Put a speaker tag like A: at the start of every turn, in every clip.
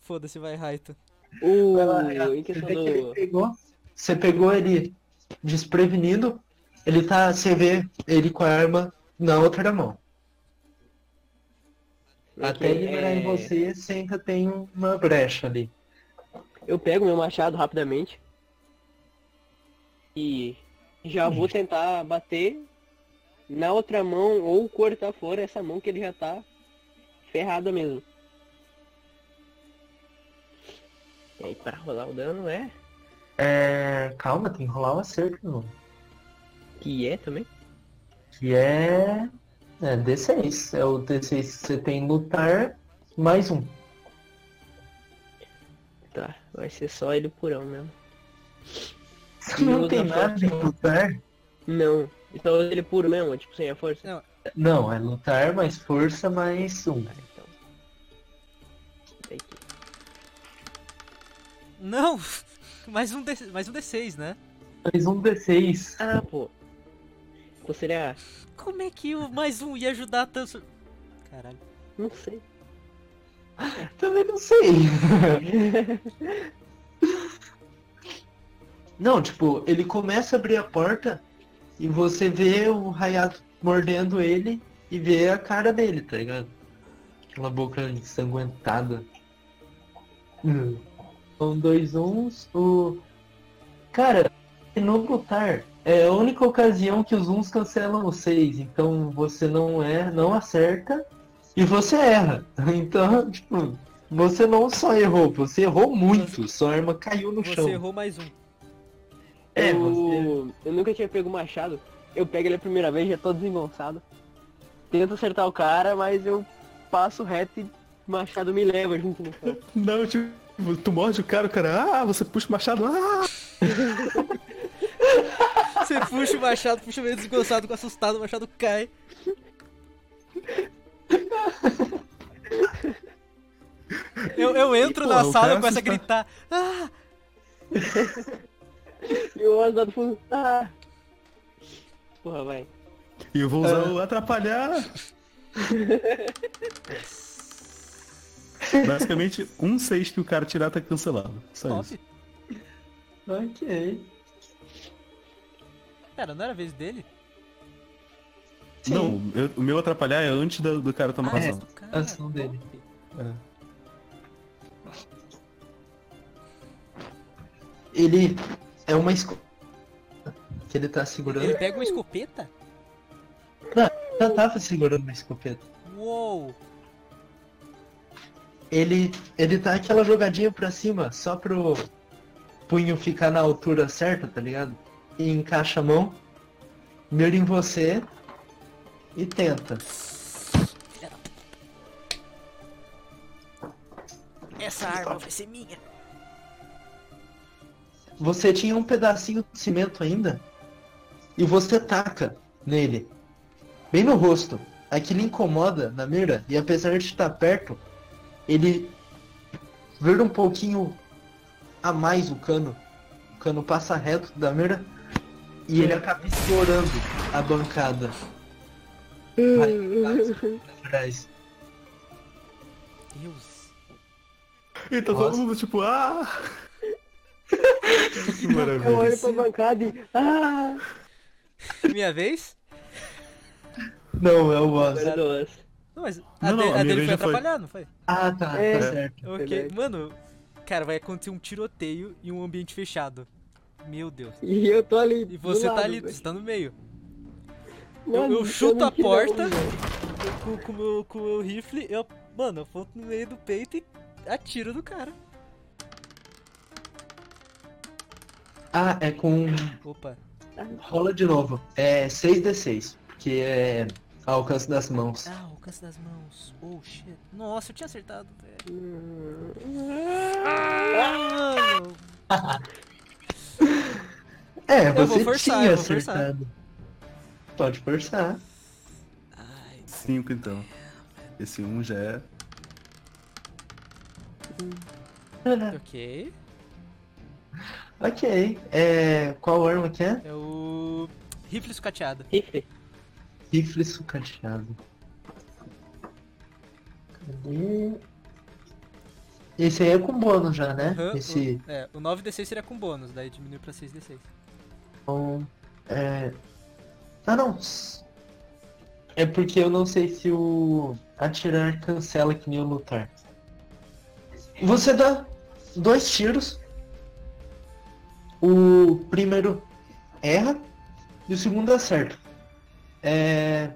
A: Foda-se, vai, Raito.
B: O...
C: Vai lá, Renato.
B: em
C: Você
B: questão
C: vê que ele
B: do...
C: pegou, você pegou ele desprevenido, ele tá. Você vê ele com a arma na outra mão. Até ele virar em
B: é,
C: você, você ainda tem uma brecha ali.
B: Eu pego meu machado rapidamente. E já
C: Uhum.
B: vou tentar bater na outra mão ou cortar fora essa mão que ele já tá ferrada mesmo. E aí pra rolar o dano é.
C: É. Calma, tem que rolar um acerto, meu.
B: Que é também?
C: Que é. É D6. É o D6 que você tem em lutar. Mais um.
B: Tá, vai ser só ele purão mesmo.
C: Você não
B: Luta um.
C: tem nada em lutar?
B: Não, então ele puro mesmo, tipo sem a força.
C: Não, é lutar mais força mais um.
B: Ah, então. Daí que-
A: Não! Mais um, D... Mais um D6, né?
C: Mais um D6.
B: Ah, pô. Então seria.
A: Como é que o mais um ia ajudar tanto? Caralho.
B: Não sei.
C: Também não sei. não, tipo, ele começa a abrir a porta e você vê o Hayato mordendo ele e vê a cara dele, tá ligado? Aquela boca ensanguentada. Hum. São dois uns. O... Cara, no lutar é a única ocasião que os uns cancelam os seis. Então você não é, não acerta e você erra. Então, tipo, você não só errou, você errou muito. Sua arma caiu no
A: Você
C: chão.
A: errou mais um.
C: É, você.
B: eu... eu nunca tinha pego o machado. Eu pego ele a primeira vez, já tô desengonçado. Tento acertar o cara, mas eu passo reto e o machado me leva junto no cara.
D: Não, tipo, tu morde o cara, o cara, ah, você puxa o machado, ah!
A: Você puxa o machado, puxa meio desgostado, assustado, o machado cai. Eu, eu entro
D: E, pô,
A: na
D: o
A: sala e
D: cara
A: começo a
D: assusta-
A: gritar. Ah!
B: E o olho lá do fundo. Ah! Porra, vai.
D: E eu vou usar o atrapalhar. Basicamente, um 6 que o cara tirar tá cancelado. Só isso.
A: Top.
C: Ok.
A: Pera, não era a vez dele?
C: Sim.
D: Não, eu- o meu atrapalhar é antes da- do, cara tomar
A: Ah, é.
D: ação.
A: Cara,
C: Ação dele.
A: top.
C: Ele é uma escopeta que ele tá segurando.
A: Ele pega uma escopeta?
C: Já tava segurando uma escopeta.
A: Uou!
C: Ele, ele tá aquela jogadinha pra cima, só pro punho ficar na altura certa, tá ligado? E encaixa a mão, mira em você e tenta.
A: Essa arma vai ser minha!
C: Você tinha um pedacinho de cimento ainda e você taca nele, bem no rosto. Aquilo incomoda na mira e apesar de estar perto, ele vira um pouquinho a mais o cano. O cano passa reto da mira e ele acaba estourando a bancada. Atrás.
A: Deus!
D: E tá todo
C: Nossa.
D: mundo tipo, ah! que
A: É,
B: Eu
D: maravilha.
B: olho pra bancada e. Ah!
A: Minha vez?
C: Não, é o boss.
B: Agora duas.
A: Não, mas a,
D: Não,
A: de-
D: não,
A: a
D: a minha
A: dele foi
D: vez já foi.
A: atrapalhar, não foi?
C: Ah, tá,
B: É.
C: tá certo.
A: Ok,
B: Verdade.
A: mano, cara, vai acontecer um tiroteio em um ambiente fechado. Meu Deus.
B: E eu tô ali.
A: E
B: do
A: você tá
B: lado,
A: ali,
B: velho.
A: você tá no meio.
B: Mano,
A: eu chuto a
B: não tiro
A: porta.
B: um, velho.
A: Com com o meu, com o meu rifle, eu. Mano, eu aponto no meio do peito e atiro no cara.
C: Ah, é com
A: Opa.
C: Rola de novo. É 6d6, porque é alcance das mãos.
A: Ah, alcance das mãos. Oh shit. Nossa, eu tinha acertado, velho. Ah, mano.
C: É,
A: Eu vou
C: você
A: forçar,
C: tinha
A: eu vou forçar.
C: acertado. Pode forçar.
A: Ai,
D: 5 então. Esse 1 um já é.
A: ok.
C: ok. É, qual arma que é?
A: É o. Rifle sucateado.
B: Rifle.
C: Rifle sucateado. Cadê? Esse aí é com bônus já, né?
A: Aham,
C: Esse.
A: o, é, o 9d6 seria com bônus, daí diminui pra 6d6.
C: Então, é... Ah, não. s- É porque eu não sei se o atirar cancela que nem o lutar. Você dá dois tiros. O primeiro erra e o segundo acerta. É...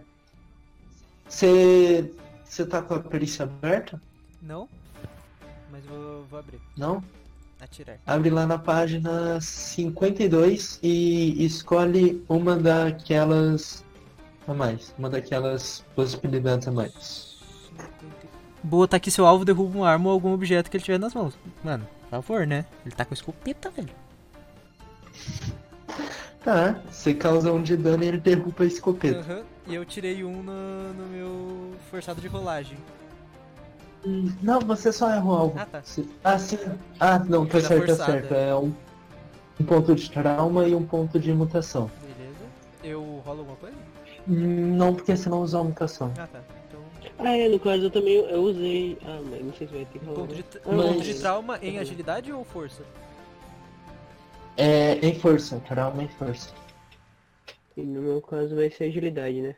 C: Você... Você tá com a perícia aberta?
A: Não, mas vou, vou abrir.
C: Não?
A: Atirar.
C: Abre lá na página 52 e escolhe uma daquelas a mais, uma daquelas possibilidades a mais.
A: Boa, tá aqui seu alvo, derruba uma arma ou algum objeto que ele tiver nas mãos. Mano, por favor, né? Ele tá com escopeta, velho.
C: Tá, você causa um de dano e ele derruba a escopeta.
A: Aham, e eu tirei um no, no meu forçado de rolagem.
C: Hum, Não, você só erra o alvo.
A: Uhum. Ah, tá.
C: Você- Ah, sim. Ah, não, tá
A: Era
C: certo, tá
A: forçada.
C: certo. É um, um ponto de trauma e um ponto de mutação.
A: Beleza. Eu rolo alguma coisa?
C: Hum, Não, porque você não usou a mutação.
A: Ah, tá. Então,
B: Ah, é, no caso eu também eu usei. Ah, mas não sei se vai ter que
A: um
B: rolar. né?
A: ponto de, tra-
B: Mas-
A: ponto de trauma em agilidade ou força?
C: É em força, trauma em força.
B: E no meu caso vai ser agilidade, né?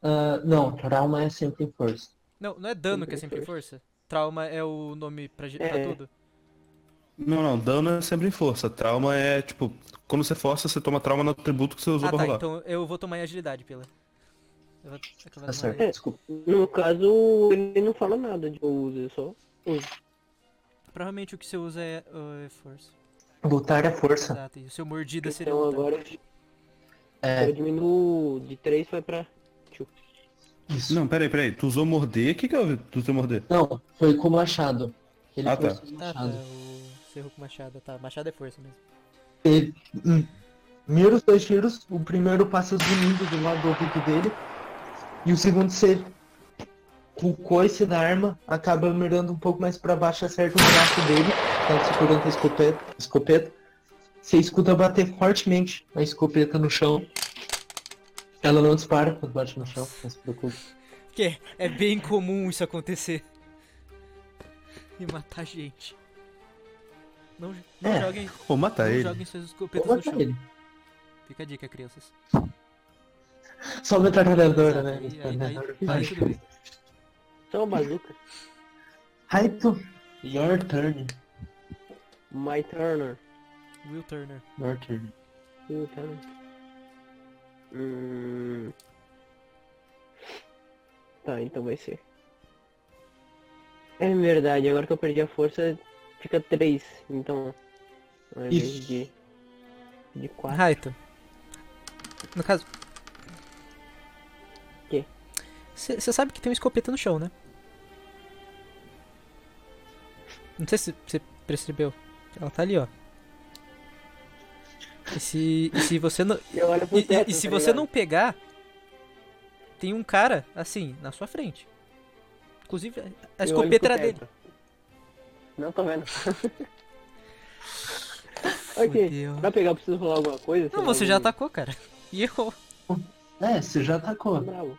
C: Ah, não, trauma é sempre em força.
A: Não, não é dano que é
B: Sempre
A: sempre força. Trauma é o nome pra, ge- pra
B: É.
A: tudo?
D: Não, não, dano é sempre em força. Trauma é, tipo, quando você força, você toma trauma no atributo que você usou
A: Ah,
D: pra
A: tá.
D: rolar.
A: Então eu vou tomar em agilidade, pela. Eu vou acabar
C: Tá
A: tomando
C: certo,
A: em-
C: desculpa.
B: No meu caso, ele não fala nada de eu uso, eu só uso.
A: Provavelmente o que você usa é, uh, é força.
C: Lutar é força.
A: Exato. E o seu mordida seria
B: Tá.
A: um
B: Então
A: outra.
B: agora
C: É,
B: eu diminuo de 3 vai pra.
C: isso.
D: Não, peraí, peraí. Tu usou morder? O que que houve? Tu usou morder?
C: Não, foi com o machado. Ele
D: Ah,
C: foi
D: tá.
C: com o
A: Ah, tá.
C: machado.
A: O Cerro com machado, tá. Machado é força mesmo.
C: Ele hum, mira os dois tiros, o primeiro passa zunindo do lado do bico dele. E o segundo você com o coice da arma, acaba mirando um pouco mais pra baixo, acerta o braço dele, tá segurando a escopeta, escopeta. Você escuta bater fortemente a escopeta no chão. Ela não dispara quando bate no chão, não se preocupe.
A: Que é bem comum isso acontecer. E matar gente. Não, não
C: É.
A: joguem,
D: Ou matar
A: não
D: ele.
A: joguem suas
C: Vou
A: escopetas no
C: matar
A: chão.
C: ele.
A: Fica a dica, crianças.
C: Só metralhadora,
A: Exato, aí- aí-
C: né?
A: aí- aí tudo bem.
B: Só uma bazuca.
C: Raito, your turn.
B: My Turner.
A: Will Turner.
C: Your turn.
B: Meu Turner. Hum. Tá, então vai ser. É verdade, agora que eu perdi a força, fica 3. Então. Ao invés
C: Isso.
B: de. De 4.
A: Raito. No caso.
B: Quê?
A: Você sabe que tem uma escopeta no chão, né? Não sei se você percebeu. Ela tá ali, ó. E se, e se você não.
B: Eu olho pro
A: E, e-
B: teto,
A: e se
B: tá
A: você
B: ligado?
A: não pegar, tem um cara, assim, na sua frente. Inclusive, a- a
B: Eu
A: escopeta
B: olho
A: era
B: pro
A: dele.
B: teto. Não tô vendo.
A: Fudeu.
B: ok. Pra pegar, eu preciso rolar alguma coisa?
A: Não,
B: Sei
A: você
B: lá,
A: já tá
B: algum-
A: atacou, cara. E errou.
C: É, você já atacou.
B: Bravo.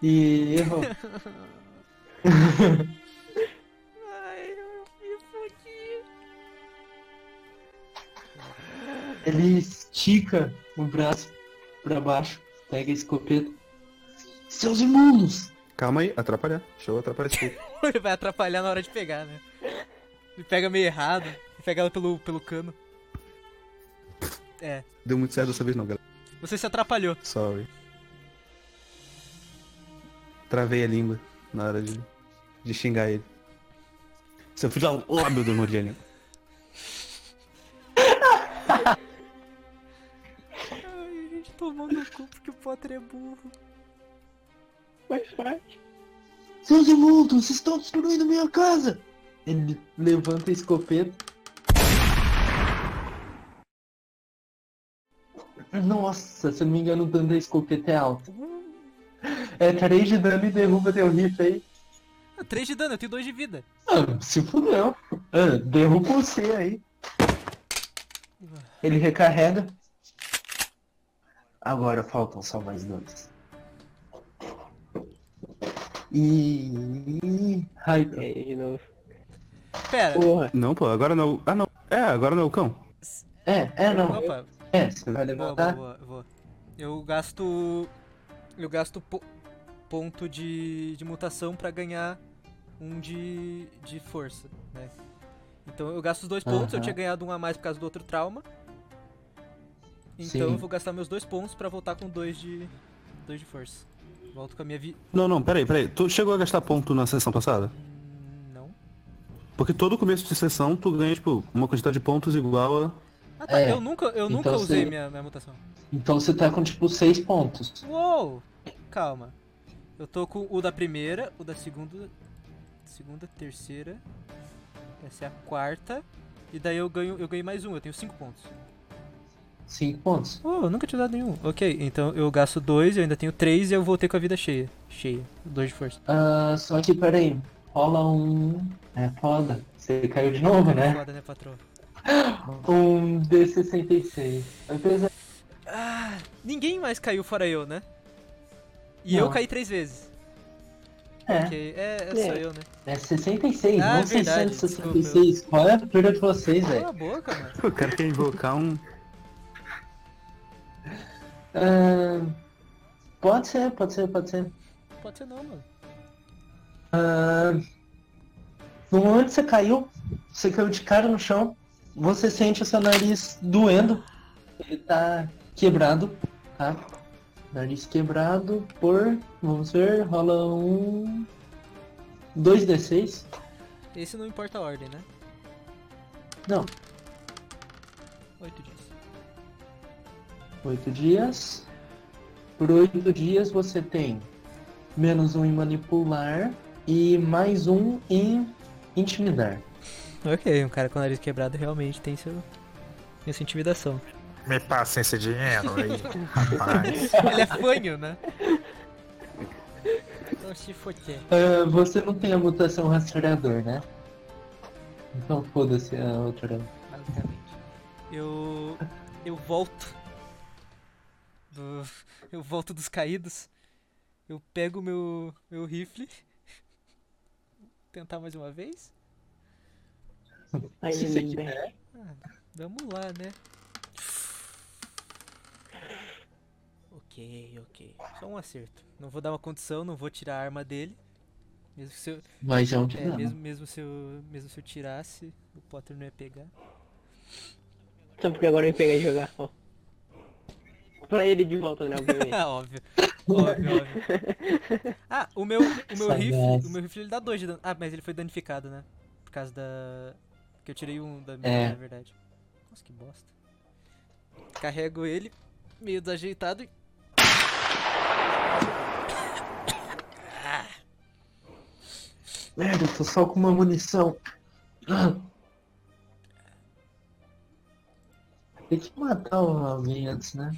C: E errou.
A: Ai, eu me fudi.
C: Ele estica o braço pra baixo, pega a escopeta. Seus imundos!
D: Calma aí, atrapalhar. Deixa eu atrapalhar isso aqui.
A: Ele vai atrapalhar na hora de pegar, né? Ele pega meio errado. Ele pega ela pelo, pelo cano. É.
D: Deu muito certo dessa vez não, galera.
A: Você se atrapalhou.
D: Sorry. Travei a língua na hora de, de xingar ele. Seu filho da... Lá, meu Deus, mordi a língua.
A: Ai, a gente tomou no cu porque o Potter é burro.
B: Mas faz.
C: Seus imundos, vocês estão destruindo minha casa! Ele levanta a escopeta. Nossa, se eu não me engano, o dano da escopeta é alto. É 3 de dano e derruba teu rifle aí.
A: 3 Ah, de dano, eu tenho 2 de vida.
C: Ah, se fudeu. Ah, derruba você aí. Ele recarrega. Agora faltam só mais dois. E. Ai,
B: E aí, de novo.
A: Pera.
B: Porra.
D: Não, pô, agora não. Ah, não. É, agora não é o cão.
C: É, é, não.
A: Opa,
C: É, você
A: boa,
C: vai levantar.
A: boa, boa, boa. Eu gasto. Eu gasto po- ponto de, de mutação pra ganhar um de, de força, né? Então eu gasto os dois pontos, eu
C: Aham.
A: tinha ganhado um a mais por causa do outro trauma. Então
C: Sim.
A: eu vou gastar meus dois pontos pra voltar com dois de. dois de força. Volto com a minha vi.
D: Não, não, peraí, peraí. Tu chegou a gastar ponto na sessão passada?
A: Hum, Não.
D: Porque todo começo de sessão tu ganha, tipo, uma quantidade de pontos igual a.
A: Ah tá,
C: É.
A: eu nunca, eu
C: Então
A: nunca usei
C: você-
A: minha, minha mutação.
C: Então você tá com tipo 6 pontos.
A: Uou! Calma. Eu tô com o da primeira, o da segunda. Segunda, terceira. Essa é a quarta. E daí eu ganho, eu ganhei mais um, eu tenho cinco pontos.
C: 5 pontos.
A: Oh, eu nunca tinha dado nenhum. Ok, então eu gasto dois, eu ainda tenho três e eu voltei com a vida cheia. Cheia. Dois de força.
C: Ah, só que peraí, rola um. É foda. Você caiu de novo, né?
A: Foda, né, patroa?
C: Um D66. Apesar-
A: Ah, ninguém mais caiu fora eu, né? E eu
C: Não.
A: caí três vezes.
C: É,
A: Ok, é, é
B: É.
A: só eu, né?
C: é 66,
A: Ah,
C: não
A: verdade,
C: 666. Qual é a pira de vocês, velho?
A: Cala a boca, mano.
D: O cara quer invocar um.
C: Ah, pode ser, pode ser, pode ser.
A: Pode ser não, mano.
C: Ah, no momento que você caiu, você caiu de cara no chão, você sente o seu nariz doendo. Ele tá quebrado, tá? Nariz quebrado por. Vamos ver, rola um. 2d6.
A: Esse não importa a ordem, né?
C: Não,
A: Oito dias.
C: 8 dias. Por 8 dias você tem menos um em manipular e mais um em intimidar.
A: Ok, um cara com o nariz quebrado realmente tem seu. tem sua intimidação.
E: Me passem esse dinheiro aí, rapaz.
A: Ele é fanho, né? Então se foder.
C: Ah, você não tem a mutação rastreador, né? Então foda-se a outra.
A: basicamente. Eu. Eu volto. do- eu volto dos caídos. Eu pego meu. meu rifle. Tentar mais uma vez?
B: Aí
C: Se você
B: ele
C: quiser.
B: liberta.
A: Vamos lá, né? Ok, ok. Só um acerto. Não vou dar uma condição, não vou tirar a arma dele. Mesmo que se eu,
C: Mas é um
A: É,
C: dilema.
A: mesmo, mesmo, se eu, mesmo se eu tirasse, o Potter não ia pegar.
B: Só porque agora eu ia pegar e jogar. Ó. Pra ele de volta, né? obviamente.
A: Ah, óbvio. Óbvio, óbvio. Ah, o meu, o meu
C: Sagaz.
A: rifle, o meu rifle ele dá 2 de dano. Ah, mas ele foi danificado, né? Por causa da... Porque eu tirei um da minha,
C: É.
A: na verdade. Nossa, que bosta. Carrego ele, meio desajeitado e...
C: Merda, eu tô só com uma munição. Ah. Tem que matar alguém antes, né?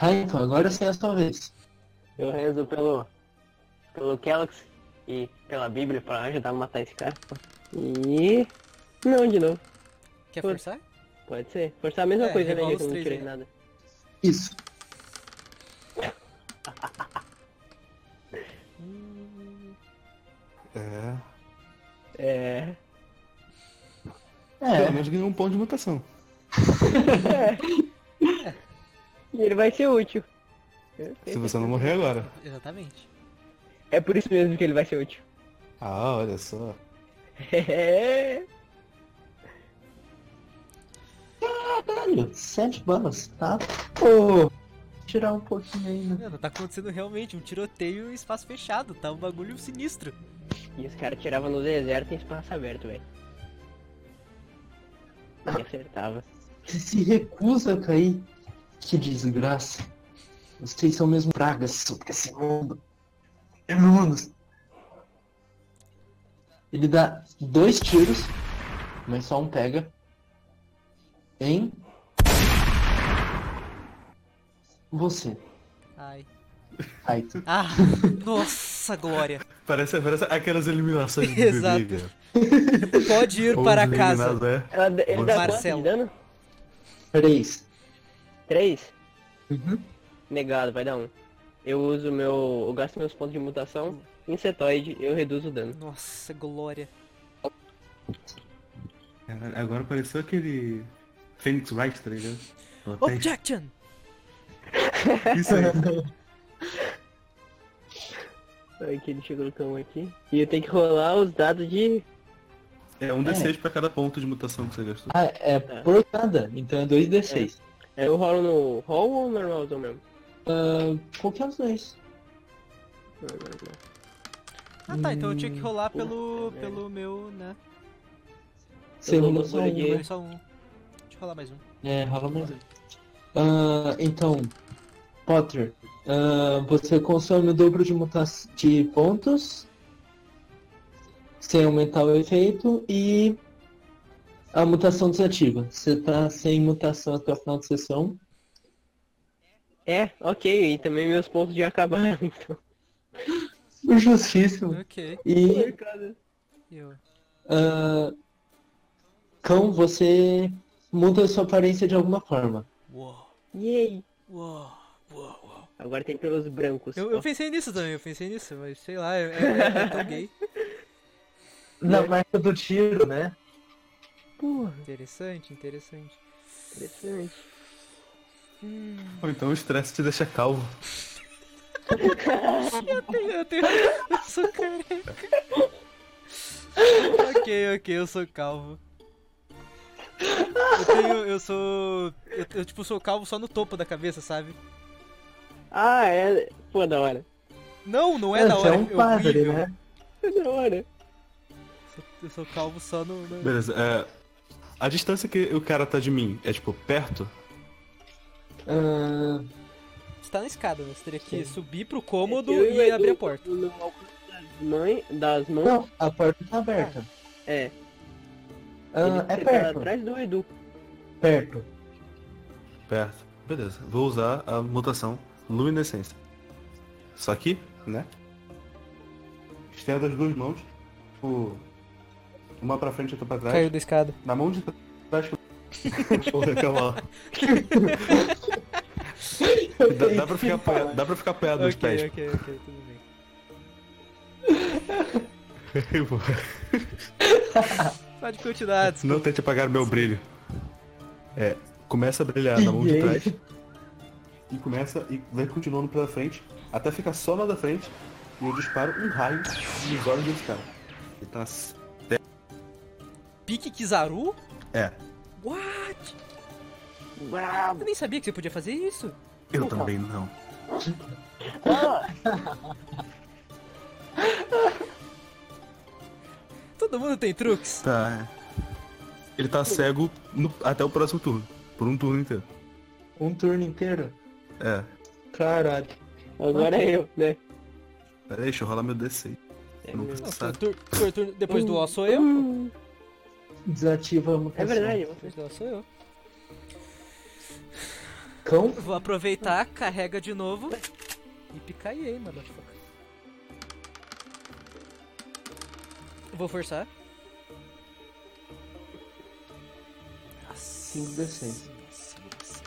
C: Ah, então, agora sim é a sua vez.
B: Eu rezo pelo. pelo Kellogg's e pela Bíblia pra ajudar a matar esse cara. E. Não, de novo.
A: Quer
B: Putz.
A: forçar?
B: Pode ser. Forçar a mesma
A: É,
B: coisa, né?
A: revola
B: Já
A: os
B: que eu não
A: três
B: tirei
A: aí.
B: nada.
C: Isso.
D: É.
B: É.
D: Pelo
C: É,
D: menos ganhou um ponto de mutação.
B: E ele vai ser útil.
D: Se você não morrer agora.
A: Exatamente.
B: É por isso mesmo que ele vai ser útil.
D: Ah, olha só.
C: caralho, 7 balas, tá? Pô, tirar um pouquinho ainda.
A: Mano, tá acontecendo realmente um tiroteio em espaço fechado, tá um bagulho sinistro.
B: E os caras tiravam no deserto em espaço aberto, velho. E acertava.
C: Ele se recusa a cair. Que desgraça. Vocês são mesmo pragas sobre esse mundo. É Imundos. Ele dá dois tiros, mas só um pega. Em. Você,
A: Ai.
C: Raito.
A: Ah, nossa glória.
D: Parece, parece aquelas eliminações do
A: Exato.
D: BBB, cara.
A: Pode ir
D: Ou
A: para
D: os
A: casa.
D: eliminados, é.
B: Ela, ele dá quanto de
A: Marcelo.
B: dano?
C: Três.
B: Três?
A: Uhum.
B: Negado, vai dar um. Eu uso meu. Eu gasto meus pontos de mutação. Insetoide, eu reduzo o dano.
D: É
A: Nossa, glória.
D: Caralho, É, Agora pareceu aquele Phoenix Wright, tá ligado? Tem
A: Objection!
D: Isso aí.
B: Aí que ele chegou no cão aqui. E eu tenho que rolar os dados de.
D: É um D6 pra cada ponto de mutação que você gastou.
C: Ah, é por cada, então é 2d6.
B: é, Eu rolo no roll ou normalzão mesmo?
C: Ah, qual que é os dois?
B: Normal.
A: Ah tá, então eu tinha que
D: Hum.
A: rolar pelo, pelo meu, né?
C: Você
B: Eu
C: rolou
B: não
C: só um,
B: olhei.
C: né?
A: Só um. Deixa eu rolar mais um.
C: É, rola mais um. Ah, então, Potter, ah, você consome o dobro de, muta- de pontos sem aumentar o efeito e a mutação desativa. Você tá sem mutação até o final de sessão.
B: É, ok. E também meus pontos já acabaram, então.
C: Justíssimo.
A: Ok.
C: E
A: Eu.
C: Ah, cão, você muda a sua aparência de alguma forma.
A: Uou,
B: Yay!
A: uou, uau, uau.
B: Agora tem pelos brancos.
A: Eu, eu pensei nisso também, eu pensei nisso, mas sei lá, é, é- é tão gay.
C: Na marca do tiro, né?
B: Porra,
A: Interessante, interessante.
B: interessante.
D: Ou então o estresse te deixa calvo.
A: Eu tenho, eu tenho. Eu sou careca. ok, ok, eu sou calvo. Eu tenho. Eu sou. Eu, eu, tipo sou calvo só no topo da cabeça, sabe?
B: Ah, é. Pô, da hora.
A: Não, não é
C: É,
A: da
C: você
A: hora.
C: é um padre,
A: horrível.
C: né?
B: É da hora.
A: Sou- Eu sou calvo só no. no-
D: Beleza, é. A distância que o cara tá de mim é tipo perto?
C: Ah,
A: Você tá na escada, né? Você teria que subir pro cômodo
B: Eu o
A: e
B: Edu,
A: abrir a porta.
B: no álcool das mãe- das mãos.
C: não, a porta tá aberta.
B: É.
C: Ah, é
B: ele tá
C: perto,
B: atrás do Edu.
C: perto.
D: Perto. Beleza, vou usar a mutação luminescência. Só que, né? Estendo as duas mãos, tipo. Uma pra frente e outra pra trás.
A: Caiu da escada.
D: Na mão de trás. Porra, calma lá. Dá, dá pra ficar apoiado, dá pra ficar apoiado nos
A: Ok,
D: pés.
A: ok, ok, tudo bem. Pode continuar, desculpa.
D: Não tente apagar meu brilho. É, começa a brilhar na mão de
C: Ninguém.
D: trás. E começa e vai continuando pela frente, até ficar só na da frente. E eu disparo um raio nos olhos desse cara. Ele tá assim.
A: Pique Kizaru?
D: É,
A: What?
B: Bravo.
A: Eu nem sabia que você podia fazer isso.
E: Eu também não.
A: Todo mundo tem truques.
D: tá. Ele tá cego no- até o próximo turno. Por um turno inteiro.
C: Um turno inteiro.
D: É.
C: Caralho.
B: Agora é eu, né?
D: Pera aí, deixa eu rolar meu DC. Eu não
A: Não,
D: preciso.
A: foi tur- foi tur- depois do O sou eu.
C: Desativa a mutação.
B: É verdade, você.
A: Depois do O sou eu.
C: Cão,
A: Vou aproveitar, carrega de novo. E picar e aí, motherfucker. Vou forçar. Nossa,
C: 5d6.
A: nossa, nossa,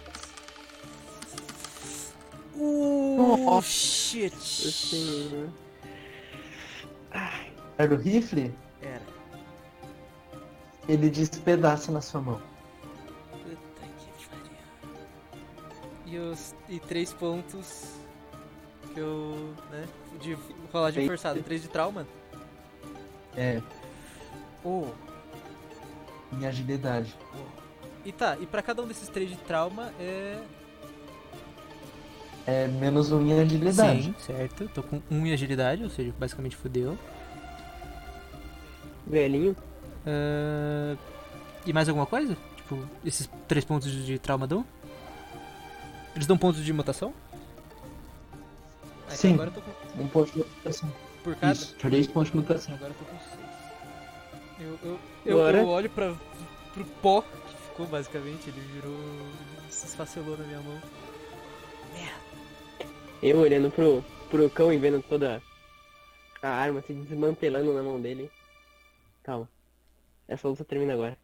A: nossa. Uh, shit.
B: Assim,
C: era o rifle,
A: Era.
C: ele despedaça na sua mão.
A: Puta que pariu. E, os, e três pontos que eu. né? De rolar de forçado. Três de trauma.
C: É,
A: Oh.
C: em agilidade.
A: E tá, e pra cada um desses três de trauma é.
C: É menos um em agilidade.
A: certo. Tô com um em agilidade, ou seja, basicamente fudeu.
B: velhinho.
A: Ah, E mais alguma coisa? Tipo, esses três pontos de trauma dão? Eles dão pontos de mutação? Ah, então
C: Sim.
A: Agora eu tô com.
C: Um ponto de mutação.
A: Por cada.
C: Isso, três pontos de mutação.
A: Agora eu tô com seis. Eu, eu, eu,
B: Bora.
A: eu olho pra, pro pó que ficou, basicamente. Ele virou. ele se esfacelou na minha mão.
B: Eu olhando pro, pro cão e vendo toda a arma se desmantelando na mão dele. Calma. Essa luta termina agora.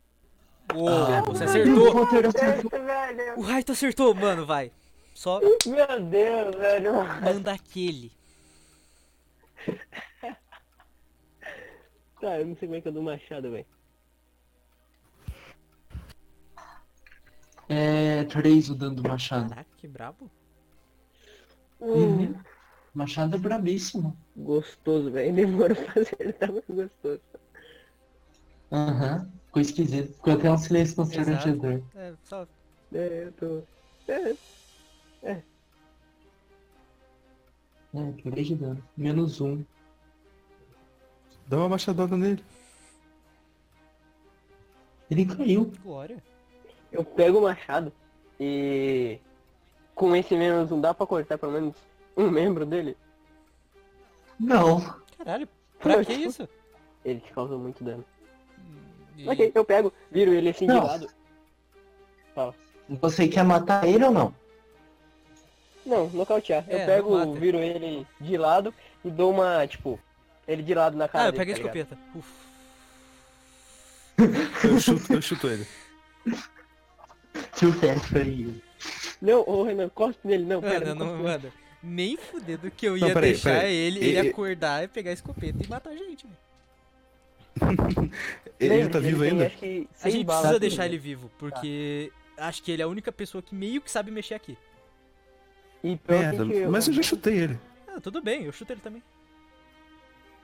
A: Uou,
C: Ah,
A: você
C: O
A: acertou!
C: Potter acertou.
B: Velho,
A: O Raito acertou, mano, vai. Só
B: meu Deus, velho.
A: manda aquele.
B: Tá, eu não sei como é que eu dou é machado, velho.
C: É 3 o dano do machado. Uhum.
A: Caraca, que brabo.
B: Hum,
C: Machado é brabíssimo.
B: Gostoso, velho. Demora pra acertar, mas gostoso.
C: Aham. Ficou esquisito. Ficou até um silêncio constrangedor.
A: É, só.
B: É, eu tô. É,
C: É, 3 de dano. Menos 1.
D: Dá uma machadada nele.
C: Ele caiu.
A: Glória.
B: eu pego o machado e. Com esse menos um, dá pra cortar pelo menos um membro dele?
C: Não.
A: Caralho, pra
B: Não,
A: que
B: tipo-
A: isso?
B: Ele te causou muito dano.
A: E-
B: Ok, eu pego, viro ele assim de
C: Não.
B: lado.
C: Você quer matar ele ou não?
B: Não, nocautear.
A: É,
B: eu pego,
A: não mata.
B: viro ele de lado e dou uma, tipo, ele de lado na cara.
A: Ah, eu
B: dele,
A: peguei a
B: tá ligado?
A: escopeta. Uf.
D: Eu chuto, eu chuto ele.
C: Tio Teste aí.
B: Não, ô Renan, corta nele, não, pera,
A: Mano,
B: não,
A: É, não,
B: cospe
A: mano, nem fudendo que eu ia
D: Não, peraí,
A: deixar
D: peraí.
A: ele,
D: E-
A: ele
D: e-
A: acordar e pegar a escopeta e matar a gente. velho.
D: Ele,
B: nele.
D: ele tá vivo
B: tem,
D: ainda?
B: acho que,
A: A
B: seis
A: gente
B: balas
A: precisa
B: aqui,
A: deixar
B: né?
A: ele
D: Tá.
A: vivo, porque acho que ele é a única pessoa que meio que sabe mexer aqui.
B: E pior
D: Merda,
B: que eu-
D: mas eu já chutei ele.
A: Ah, tudo bem, eu chuto ele também.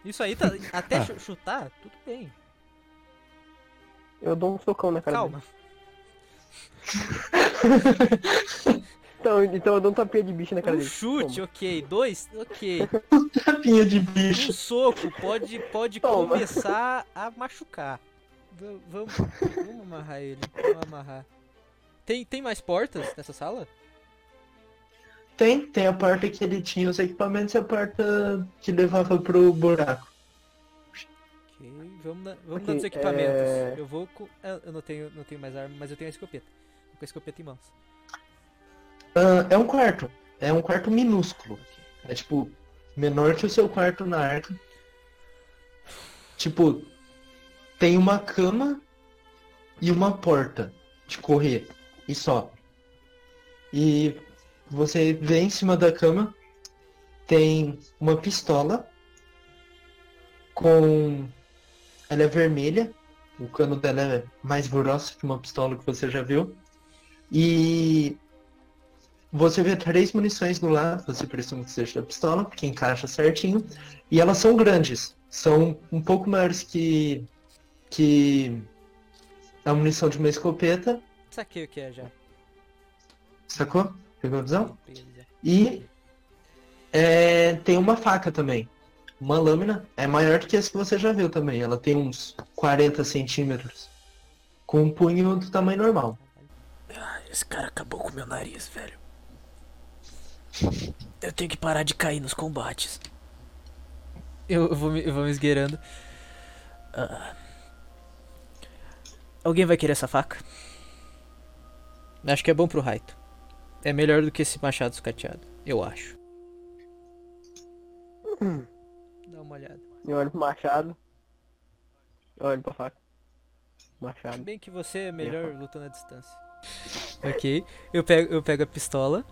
A: Isso aí tá. Até
D: Ah.
A: chu- chutar, tudo bem.
B: Eu dou um socão na cara
A: Calma.
B: dele. Então, então eu dou um tapinha de bicho na cara
A: Um
B: dele.
A: chute, ok. Dois, ok.
C: Tapinha de
A: Um
C: bicho.
A: soco pode, pode
B: Toma.
A: começar a machucar. V- Vamos, vamos amarrar ele. Vamos amarrar. Tem, tem mais portas nessa sala?
C: Tem, tem a porta que ele tinha os equipamentos e a porta que levava pro buraco.
A: Ok, vamos, na, vamos
B: Ok,
A: dar dos equipamentos.
B: é-
A: Eu vou com. ah, Eu não tenho, não tenho mais arma, mas eu tenho a escopeta. Vou com a escopeta em mãos.
C: Ah, é um quarto. É um quarto minúsculo. É tipo, menor que o seu quarto na arca. Tipo, tem uma cama e uma porta de correr. E só. E você vê em cima da cama, tem uma pistola com. Ela é vermelha. O cano dela é mais grosso que uma pistola que você já viu. E você vê três munições do lado, você presume que seja da pistola, porque encaixa certinho. E elas são grandes. São um pouco maiores que. que. a munição de uma escopeta,
A: Saquei o que é já.
C: sacou? Pegou a visão?
A: Beleza.
C: E. é, tem uma faca também. Uma lâmina. É maior do que essa que você já viu também. Ela tem uns 40 centímetros. Com um punho do tamanho normal.
F: Esse cara acabou com meu nariz, velho. Eu tenho que parar de cair nos combates.
A: Eu, eu vou me, eu vou me esgueirando. Ah.
F: Alguém vai querer essa faca?
A: Acho que é bom pro Raito. É melhor do que esse machado escateado, eu acho. Dá uma olhada.
B: Eu olho pro machado. Eu olho pra faca. Machado.
A: Bem que você é melhor lutando à distância. Ok. Eu pego, eu pego a pistola.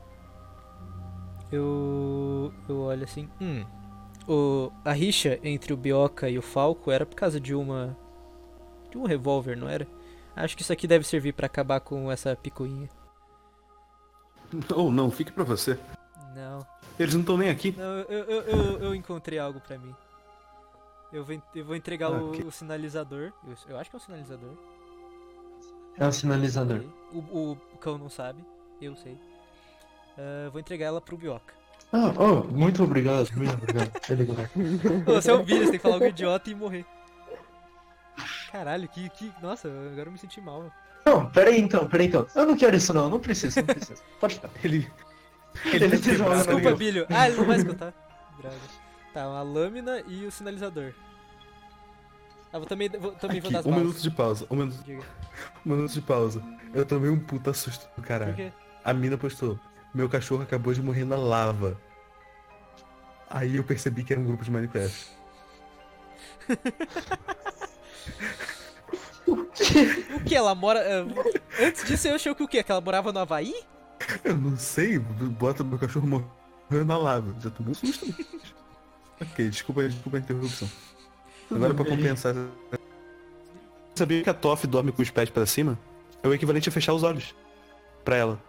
A: Eu. Eu olho assim. Hum. O, a rixa entre o Bioca e o Falco era por causa de uma. De um revólver, não era? Acho que isso aqui deve servir pra acabar com essa picuinha.
D: Ou não, fique pra você.
A: Não.
D: Eles não estão nem aqui.
A: Não, eu, eu, eu, eu encontrei algo pra mim. Eu vou, en- eu vou entregar o-
D: Ok.
A: o, sinalizador. Eu, eu acho que é um sinalizador.
C: É um sinalizador.
A: Ok. Uhum. O, o cão não sabe, eu sei. Ah, vou entregar ela pro Bioca.
C: Ah, oh, muito obrigado, muito obrigado. Obrigado.
A: Ô, Você é um vírus, tem que falar algo idiota e morrer. Caralho, que, que. Nossa, agora eu me senti mal.
C: Não, peraí então, peraí então. Eu não quero isso não, não preciso, não preciso. Pode ficar.
D: Ele.
C: Ele
D: tá
C: se
D: quebrado,
C: joga no
D: tá
A: Desculpa,
D: ligado?
A: Bilho. Ah, ele não vai escutar. Droga. Tá, uma lâmina e o sinalizador. Ah, vou também, vou, também vou dar as
D: Aqui, um minuto
A: balas.
D: de pausa. Um minuto,
A: Diga.
D: um minuto de pausa. Eu tomei um puta susto do
A: Por
D: caralho.
A: quê?
D: A mina postou: Meu cachorro acabou de morrer na lava. Aí eu percebi que era um grupo de Minecraft.
A: O que? Ela mora. ah, antes disso eu achei que o quê? Que ela morava no Havaí?
D: Eu não sei, bota meu cachorro morreu na lava. Já tomei um susto. ok, desculpa, desculpa a interrupção. Agora pra compensar. Sabia que a Toff dorme com os pés pra cima? É o equivalente a fechar os olhos. pra ela.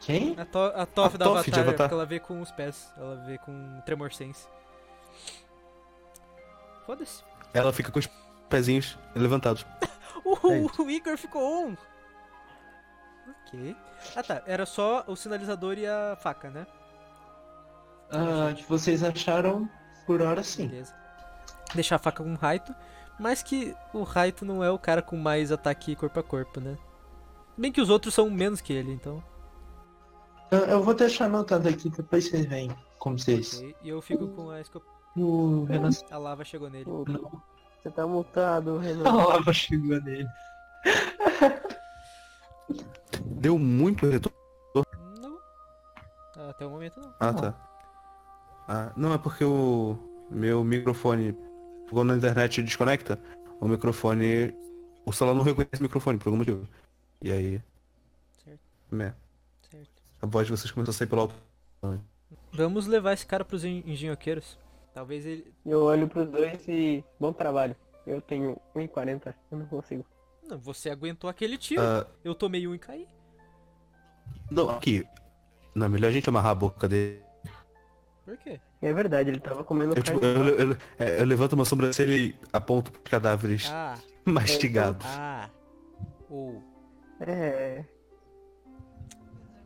C: Quem?
A: A, to a Toph
D: A
A: da
D: Toph de
A: Avatar,
D: Avatar.
A: porque ela vê com os pés. Ela vê com o Tremor Sense. Foda-se.
D: Ela fica com os pezinhos levantados.
A: Uhul, o Igor ficou um! Ok. Ah tá, era só o sinalizador e a faca, né?
C: Ah, que vocês acharam por hora sim.
A: Beleza. Deixar a faca com o Raito. Mas que o Raito não é o cara com mais ataque corpo a corpo, né? Bem que os outros são menos que ele, então.
C: Eu, Ah, eu vou deixar anotado aqui, depois vocês veem como vocês.
A: ok. E eu fico com a escop...
C: O Renan
A: A lava chegou nele.
B: Ô, Você tá multado, Renan.
C: Lava chegou nele.
D: Deu muito retorno.
A: Não. Até o momento não.
D: Ah, tá. Ah, não, é porque o meu microfone, quando na internet desconecta, o microfone, o celular não reconhece o microfone por algum motivo. E aí...
A: Certo.
D: Né,
A: Certo.
D: a voz de vocês começou a sair pelo alto.
A: Vamos levar esse cara pros en- engenhoqueiros. Talvez ele.
B: Eu olho pros dois e. Bom trabalho. Eu tenho 1,40. Eu não consigo.
A: Não, você aguentou aquele tiro.
D: Ah,
A: Eu tomei um e caí.
D: não, aqui. Não, é melhor a gente amarrar a boca dele.
A: Por quê?
B: É verdade, ele tava comendo
D: Eu, tipo,
B: carne.
D: eu- eu- eu- eu levanto uma sobrancelha e aponto pros cadáveres
A: Ah,
D: mastigados.
A: ah. Ou.
B: É.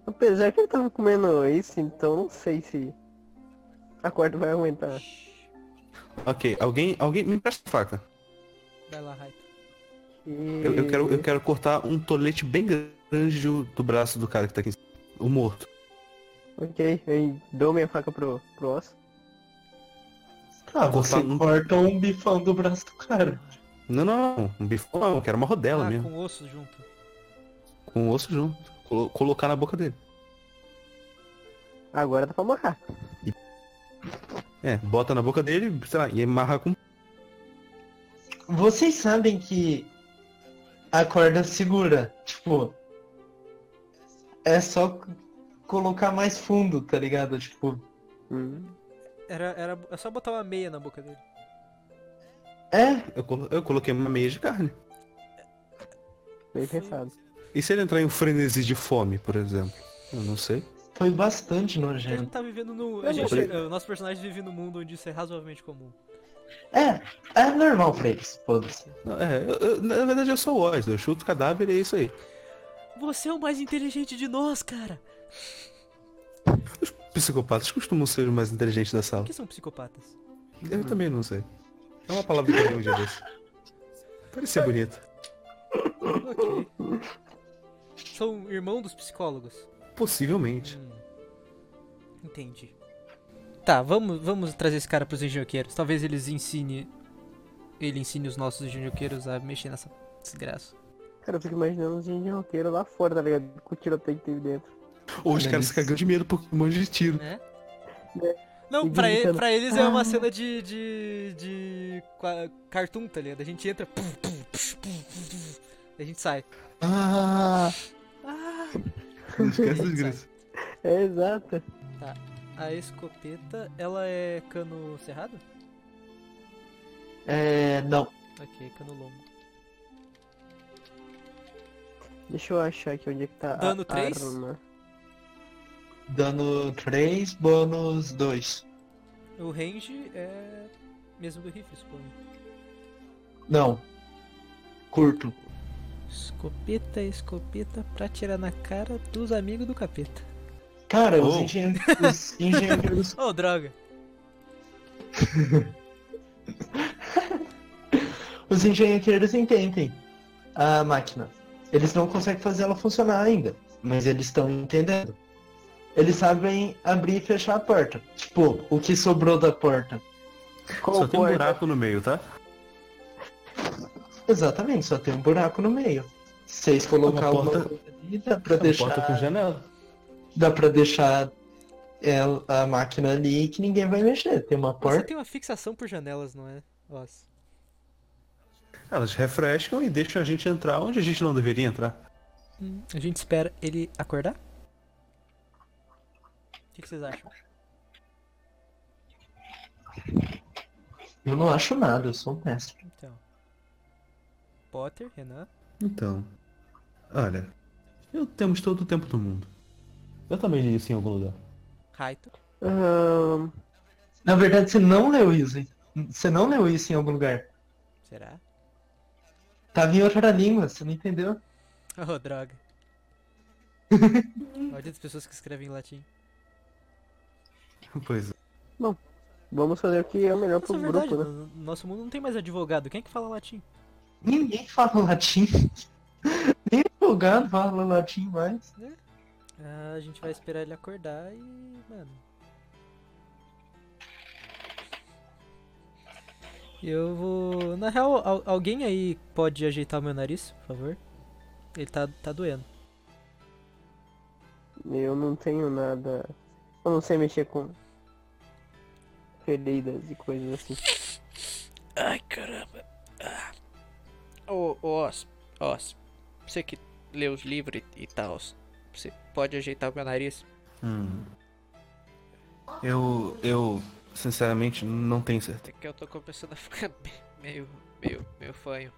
B: Apesar que ele tava comendo isso, então não sei se a corda vai aumentar.
A: tá.
D: Ok, alguém, alguém me empresta a faca.
A: Vai lá, Raito.
B: E...
D: Eu, eu quero, eu quero cortar um tolete bem grande do, do braço do cara que tá aqui em cima. O morto.
B: Ok, eu dou minha faca pro, pro osso.
C: Ah,
D: Vou
C: você
D: cortar um-
C: corta um bifão do braço do cara.
D: Não, não, não. Um bifão não. Eu quero uma rodela
A: ah,
D: mesmo.
A: com osso junto.
D: Com o osso junto. Colo- colocar na boca dele.
B: Agora dá pra amarrar.
D: É, bota na boca dele, sei lá, e amarra com.
C: Vocês sabem que a corda segura. Tipo, é só c- colocar mais fundo, tá ligado? Tipo,
B: Hum.
A: Era, era é só botar uma meia na boca dele.
C: é,
D: Eu, colo- eu coloquei uma meia de carne.
B: Bem pensado.
D: E se ele entrar em um frenesi de fome, por exemplo? Eu não sei.
C: foi bastante
A: A gente
C: nojento.
A: tá vivendo no. a
B: Eu
A: gente-
D: falei-
A: eh, o nosso personagem vive num mundo onde isso é razoavelmente comum.
C: É, é normal pra eles, foda-se.
D: Não, é, eu- eu- na verdade eu sou o Oz, eu chuto o cadáver e é isso aí.
A: Você é o mais inteligente de nós, cara!
D: Psicopatas costumam ser os mais inteligentes da
A: O
D: sala.
A: que são psicopatas?
D: Eu também não sei. É uma palavra que eu li um dia desse. Parecia bonito.
A: Ok. São irmão dos psicólogos.
D: Possivelmente.
A: Entendi. Tá, vamos, vamos trazer esse cara pros engenhoqueiros. Talvez eles ensine. Ele ensine os nossos engenhoqueiros a mexer nessa desgraça.
B: Cara, eu fico imaginando os engenhoqueiros lá fora, tá ligado? Com o tiroteio que teve dentro.
D: Ou os
C: Olha
D: caras
C: isso.
D: se cagando de medo por um monte de tiro.
A: Né?
B: É.
A: Não,
B: E
A: pra, e-
B: gritando,
A: pra eles é uma cena de. de. de. qua- cartoon, tá ligado? A gente entra. puf, puf, puf, puf, puf, puf, A gente sai.
C: Ah,
A: Ah!
D: Não esquece dos gritos.
B: É exato.
A: A escopeta, ela é cano cerrado?
C: é, não.
A: Ok, cano longo.
B: Deixa eu achar aqui onde é que tá
A: Dano
B: a
A: três?
B: arma.
C: Dano 3, bônus 2.
A: O range é. mesmo do rifle, suponho.
C: Não. Curto.
A: Escopeta, escopeta pra tirar na cara dos amigos do capeta.
C: Cara, os
D: Oh.
C: engen- os engenheiros
A: Oh, droga.
C: Os engenheiros entendem a máquina. Eles não conseguem fazer ela funcionar ainda, mas eles estão entendendo. Eles sabem abrir e fechar a porta. Tipo, o que sobrou da porta.
B: Qual
D: Só tem um
B: porta?
D: buraco no meio, tá?
C: Exatamente, só tem um buraco no meio. Se Vocês colocar
D: Uma
C: uma
D: porta-
C: coisa ali, dá pra
D: Uma
C: deixar,
D: Porta com janela.
C: dá pra deixar ela- a máquina ali que ninguém vai mexer. Tem uma
A: Você
C: porta.
A: tem uma fixação por janelas, não é? Nossa.
D: Elas refrescam e deixam a gente entrar onde a gente não deveria entrar.
A: Hum, A gente espera ele acordar? O que, que vocês acham?
C: Eu não acho nada, eu sou um mestre.
A: Então. Potter, Renan.
D: Então. Olha. Eu temos todo o tempo do mundo. Eu também li isso em algum lugar.
A: Raito.
B: Ahn,
C: Na verdade, você não leu isso. hein? Você não leu isso em algum lugar.
A: Será?
C: Tava em outra língua, você não entendeu?
A: Oh, droga. Olha as pessoas que escrevem em latim.
B: Tá
D: Pois é.
B: vamos fazer o que é o melhor
A: Nossa,
B: pro
A: é verdade,
B: grupo, né?
A: no no nosso mundo não tem mais advogado. Quem é que fala latim?
C: Ninguém fala latim. Nem advogado fala latim mais.
A: Ah, a gente vai esperar ele acordar e. mano. E Eu vou. Na real, al- alguém aí pode ajeitar o meu nariz, por favor? Ele tá, tá doendo.
B: Eu não tenho nada. Eu não sei mexer com feridas e coisas assim.
F: Ai, caramba. Ah. Ô, ô, Os, Os, você que lê os livros e tal, você pode ajeitar o meu nariz?
D: Hum. Eu. Eu. Sinceramente, não tenho certeza.
G: É que eu tô começando a ficar me- meio, meio, meio fanho.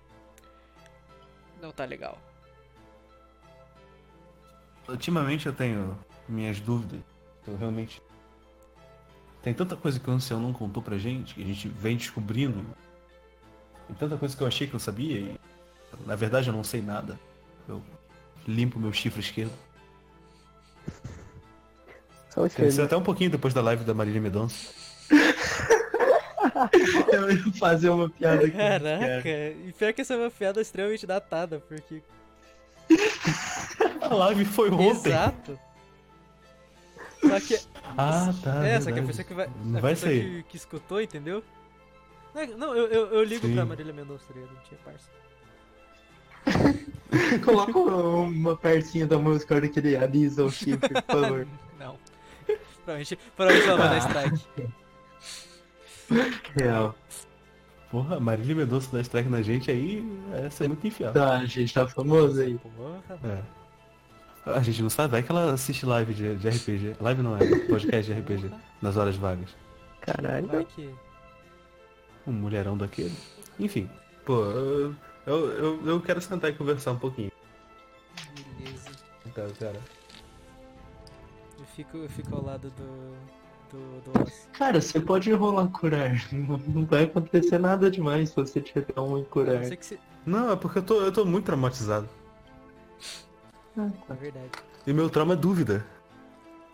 G: Não tá legal.
D: Ultimamente eu tenho minhas dúvidas. Eu realmente. Tem tanta coisa que o ancião não contou pra gente, que a gente vem descobrindo. E tanta coisa que eu achei que eu sabia e. Na verdade eu não sei nada. Eu limpo meu chifre esquerdo.
B: Só os
D: Cresceu
B: feridos.
D: até um pouquinho depois da live da Marília Medonça.
C: Eu ia fazer uma piada aqui.
A: Caraca, e pior que essa é uma piada extremamente datada, porque.
D: A live foi ontem.
A: Exato! Só que
D: Ah, tá.
A: É, só que a
D: verdade.
A: pessoa que vai.
D: Não
A: a
D: vai
A: pessoa Que,
D: sair.
A: que escutou, entendeu? Não, é- Não, eu, eu, eu ligo
D: Sim.
A: pra Marília Mendonça, tá ligado? Não tinha parça.
C: Coloca uma pertinha da música a hora que ele alisa o chifre, por favor.
A: Não. Provavelmente, provavelmente ela vai dar strike.
C: Real.
D: Porra, Marília Mendonça dá strike na gente aí, essa é muito enfiada.
C: Tá, gente, tá famoso aí.
A: Porra.
D: É. A gente não sabe, vai que ela assiste live de, de RPG. Live não é, podcast de RPG, nas horas vagas.
B: Caralho.
A: Vai que.
D: Um mulherão daquele. Enfim, pô, eu, eu, eu, eu quero sentar e conversar um pouquinho.
A: Beleza.
D: Então, cara.
A: Eu fico, eu fico ao lado do. do. do Oz.
C: Cara, você pode rolar curar. Não não vai acontecer nada demais se você tiver um em
A: A
C: curar.
A: não ser que se.
D: Não, é porque eu tô, eu tô muito traumatizado.
A: Na é verdade.
D: E meu trauma é dúvida.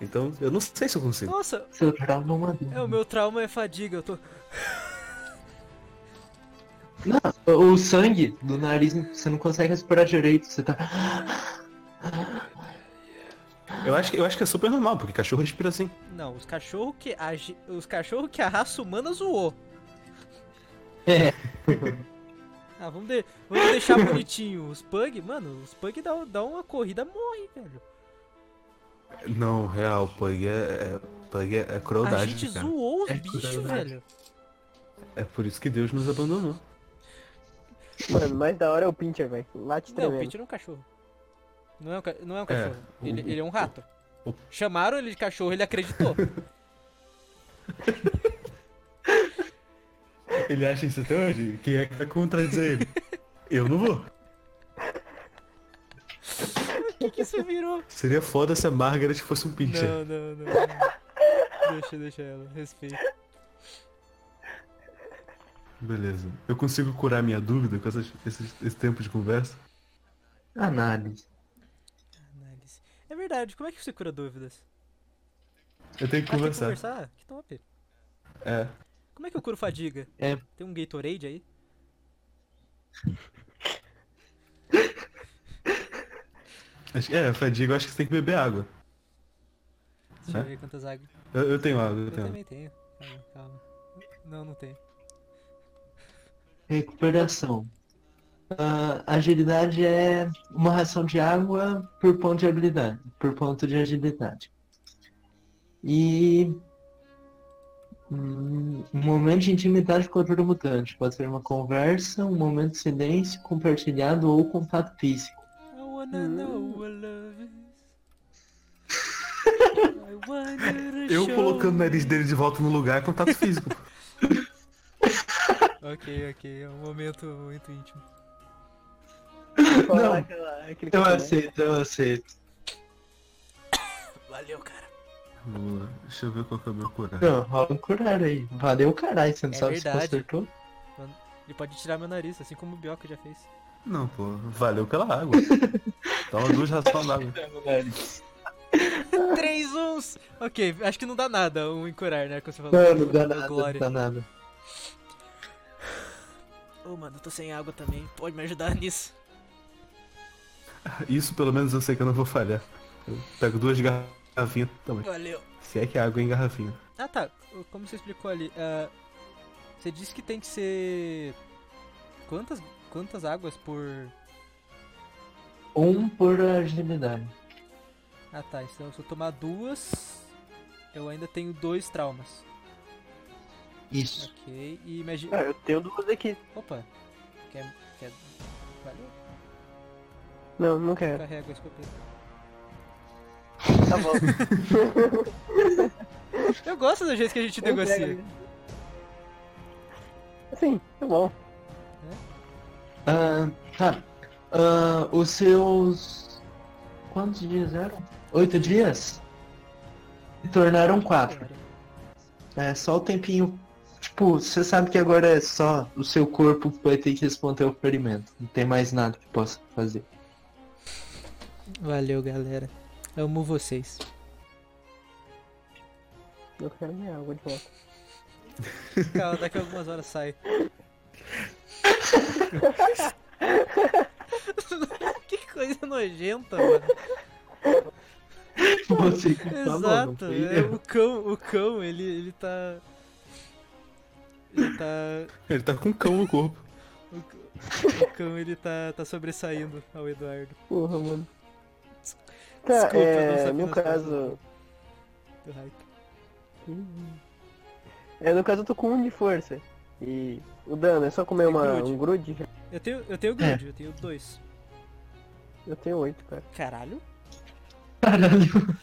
D: Então, eu não sei se eu consigo.
A: Nossa,
C: Seu trauma é uma dúvida.
A: é, o meu trauma é fadiga, eu tô.
C: O sangue do nariz, você não consegue respirar direito. Você tá.
D: Eu acho, que- eu acho que é super normal, porque cachorro respira assim.
A: Não, os cachorros que. A, ge- os cachorros que a raça humana zoou.
C: É.
A: Ah, vamos, de- vamos deixar bonitinho. Os pug, mano, os pug dá, dá uma corrida, morre, velho.
D: Não, real, Pug é, é, Pug é, é
A: A
D: crueldade,
A: gente
D: cara.
A: zoou os
C: É
A: bichos,
C: crueldade.
A: velho.
D: É por isso que Deus nos abandonou.
B: Mano, mais da hora é o Pincher, velho.
A: Não,
B: Late
A: o
B: tremendo.
A: Peter é um cachorro. Não é um, ca- não é um cachorro.
D: o-
A: Ele, ele é um rato.
D: o-
A: Chamaram ele de cachorro, ele acreditou.
D: Ele acha isso até hoje? Quem é que vai contradizer ele? Eu não vou.
A: O que, que isso virou?
D: Seria foda se a Margaret fosse um pincher.
A: Não, não, não. não. Deixa, deixa ela. Respeito.
D: Beleza. Eu consigo curar minha dúvida com essas- esses- esse tempo de conversa?
C: Análise.
A: Análise. É verdade, como é que você cura dúvidas?
D: Eu tenho que
A: Ah, tem que
D: conversar.
A: conversar? Que top.
D: É.
A: Como é que eu curo fadiga?
C: É.
A: Tem um Gatorade aí?
D: Acho, é, Fadiga, eu acho que você tem que beber água.
A: Deixa eu
D: É.
A: ver quantas águas.
D: Eu, eu tenho água, eu
A: Eu
D: tenho água.
A: também tenho. Calma, calma. Não, não tenho.
C: Recuperação. Ah, agilidade é uma ração de água por ponto de habilidade. Por ponto de agilidade. E. hum, Um momento de intimidade com outro mutante. Pode ser uma conversa, um momento de silêncio compartilhado ou contato físico.
A: I
D: Hum.
A: wanna know what love is. I wanna
D: Eu
A: show
D: colocando o
A: you.
D: nariz dele de volta no lugar é contato físico.
A: Ok, ok, é um momento muito íntimo.
B: colar
C: Não.
B: aquela- aquele
C: Então Eu
A: né?
B: colar.
C: aceito, eu aceito.
F: Valeu, cara.
D: Vamos lá. Deixa eu ver qual que é o meu curar.
C: Não, rola um curar aí. Valeu, caralho, você não
A: É
C: sabe se
A: verdade.
C: você acertou?
A: Ele pode tirar meu nariz, assim como o Bioca já fez.
D: Não, pô. Valeu pela água. Toma duas rações d'água.
C: É.
A: Três uns! Ok, acho que não dá nada um encurar, né? Quando você falou.
C: Não, não dá
A: Ô,
C: nada, não
A: Glória.
C: dá tá nada.
A: Ô, mano, eu tô sem água também. Pode me ajudar nisso.
D: Isso pelo menos eu sei que eu não vou falhar. Eu pego duas garrafinhas também.
A: Valeu.
D: Se é que a água é em garrafinha.
A: Ah, tá. O- Como você explicou ali, ah, você disse que tem que ser. Quantas, quantas águas por.
C: Um por agilidade.
A: Ah, tá. Então, se eu tomar duas, eu ainda tenho dois traumas.
C: Isso.
A: Ok. E imagina.
B: Ah, eu tenho duas aqui.
A: Opa! Quer. quer... Valeu,
B: Não, não quero.
A: carrega a escopeta.
B: Tá bom.
A: Eu gosto do jeito que a gente
B: Eu
A: negocia.
B: pego. Assim, tá bom.
C: Ah, tá. Ah, os seus. Quantos dias eram? Oito dias? Se tornaram quatro. É só o tempinho. Tipo, você sabe que agora é só o seu corpo que vai ter que responder ao ferimento. Não tem mais nada que possa fazer.
A: Valeu, galera. Amo vocês.
B: Eu quero minha água de volta.
A: Calma, daqui a algumas horas sai. que coisa nojenta, mano.
C: Você que falou, Tá não
A: Exato.
C: foi
A: é,
C: eu.
A: o cão, o cão, ele, ele tá. Ele tá.
D: Ele tá com um cão no corpo.
A: O, c- o cão, ele tá, tá sobressaindo ao Eduardo.
B: Porra, mano. Tá,
A: Desculpa, eu não
B: é,
A: sabia das
B: no
A: coisas.
B: caso.
A: Do hype.
B: É, no caso eu tô com um de força. E o dano é só comer uma,
A: grude.
B: um grude. já-
A: Eu tenho, eu
C: É.
A: tenho grude, eu tenho dois.
B: Eu tenho oito, cara.
A: Caralho.
C: Caralho.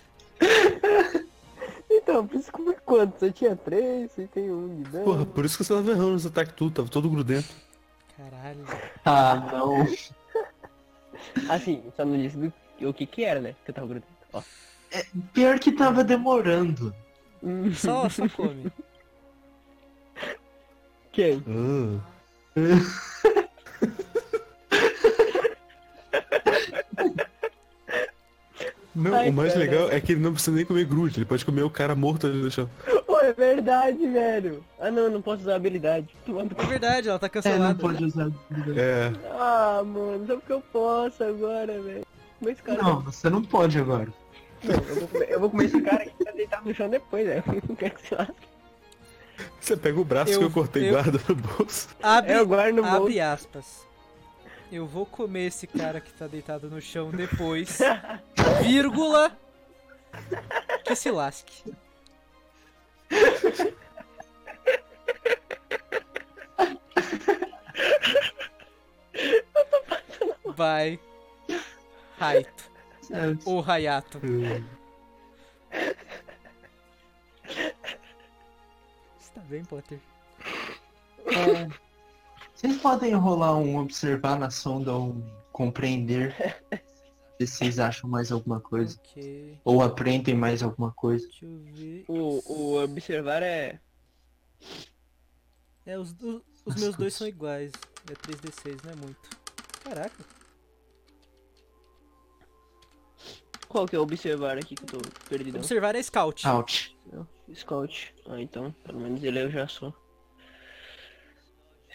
B: Então, por isso que eu quanto? Eu tinha três, você tem um de dano.
D: Porra, por isso que você tava errando nos ataques tudo, tava todo grudento.
A: Caralho.
C: Ah, não.
B: Assim, só não disse do- o que que era, né? Que eu tava grudando. Ó.
C: Pior que tava demorando.
B: Hum,
A: Só, só come.
B: quem?
D: Ah. Não,
B: Ai,
D: o mais
B: cara.
D: legal é que ele não precisa nem comer grude, ele pode comer o cara morto ali no chão.
B: Pô, é verdade, velho. Ah, não, eu não posso usar habilidade. Tomando
A: É verdade, ela tá
C: É, não
A: cancelada.
C: pode usar.
D: É,
B: Ah, mano, só porque eu posso agora, velho. Mas esse cara.
C: Não, você não pode agora.
B: Não, eu, vou comer, eu vou comer esse cara que vai deitar no chão depois, velho. Não quero que se lasque.
D: você pega o braço
A: Eu-
D: que eu cortei e
A: eu-
D: guarda no bolso.
A: Abre,
B: É, eu guardo no bolso.
A: abre aspas. Eu vou comer esse cara que tá deitado no chão depois. Vírgula. Que se lasque. Vai. Haito.
C: Certo.
A: Ou Hayato. Você tá bem, Potter?
C: É, Vocês podem rolar um observar na sonda ou um compreender se vocês acham mais alguma coisa.
A: Ok.
C: Ou aprendem mais alguma coisa.
A: Deixa eu ver.
B: O, o observar é.
A: É, os, do- os meus dois são iguais. É 3D6, não é muito. Caraca.
B: Qual que é o observar aqui que eu tô perdido?
A: Observar é scout.
C: Out.
B: Scout. Ah, então, pelo menos ele eu já sou.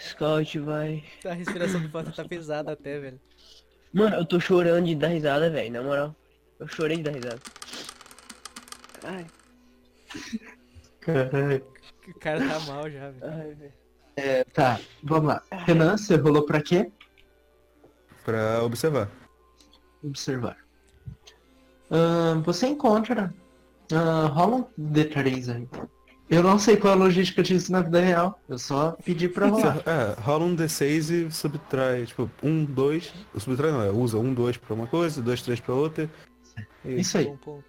B: Scout vai.
A: A respiração do Potter tá pesada até, velho.
B: Mano, eu tô chorando de dar risada, velho, na moral. Eu chorei de dar risada. Ai,
C: Caralho.
A: O cara tá mal já, velho.
B: ai, velho.
C: É, tá, vamos lá. Renan, você rolou pra quê?
D: Pra observar.
C: Observar. Ahn, você encontra. ah, rola um D3 aí. Eu não sei qual é a logística disso na vida real. Eu só pedi pra
D: Você,
C: rolar.
D: é, rola um D6 e subtrai, tipo, um, dois. Subtrai não, é, usa um, dois pra uma coisa, dois, três pra outra. E-
C: Isso aí.
A: Bom ponto.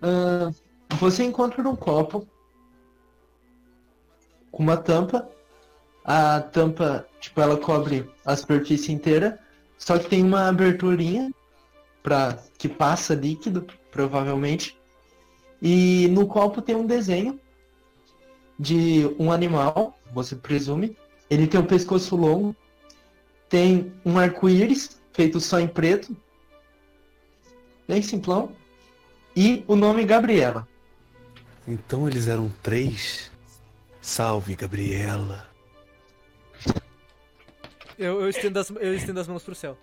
C: Ahn, Ah, você encontra um copo com uma tampa. A tampa, tipo, ela cobre a superfície inteira. Só que tem uma aberturinha pra, que passa líquido, provavelmente. E no copo tem um desenho de um animal, você presume. Ele tem o pescoço longo. Tem um arco-íris feito só em preto. Bem simplão. E o nome Gabriela.
D: Então eles eram três? Salve, Gabriela.
A: Eu, eu estendo as, eu estendo as mãos pro céu.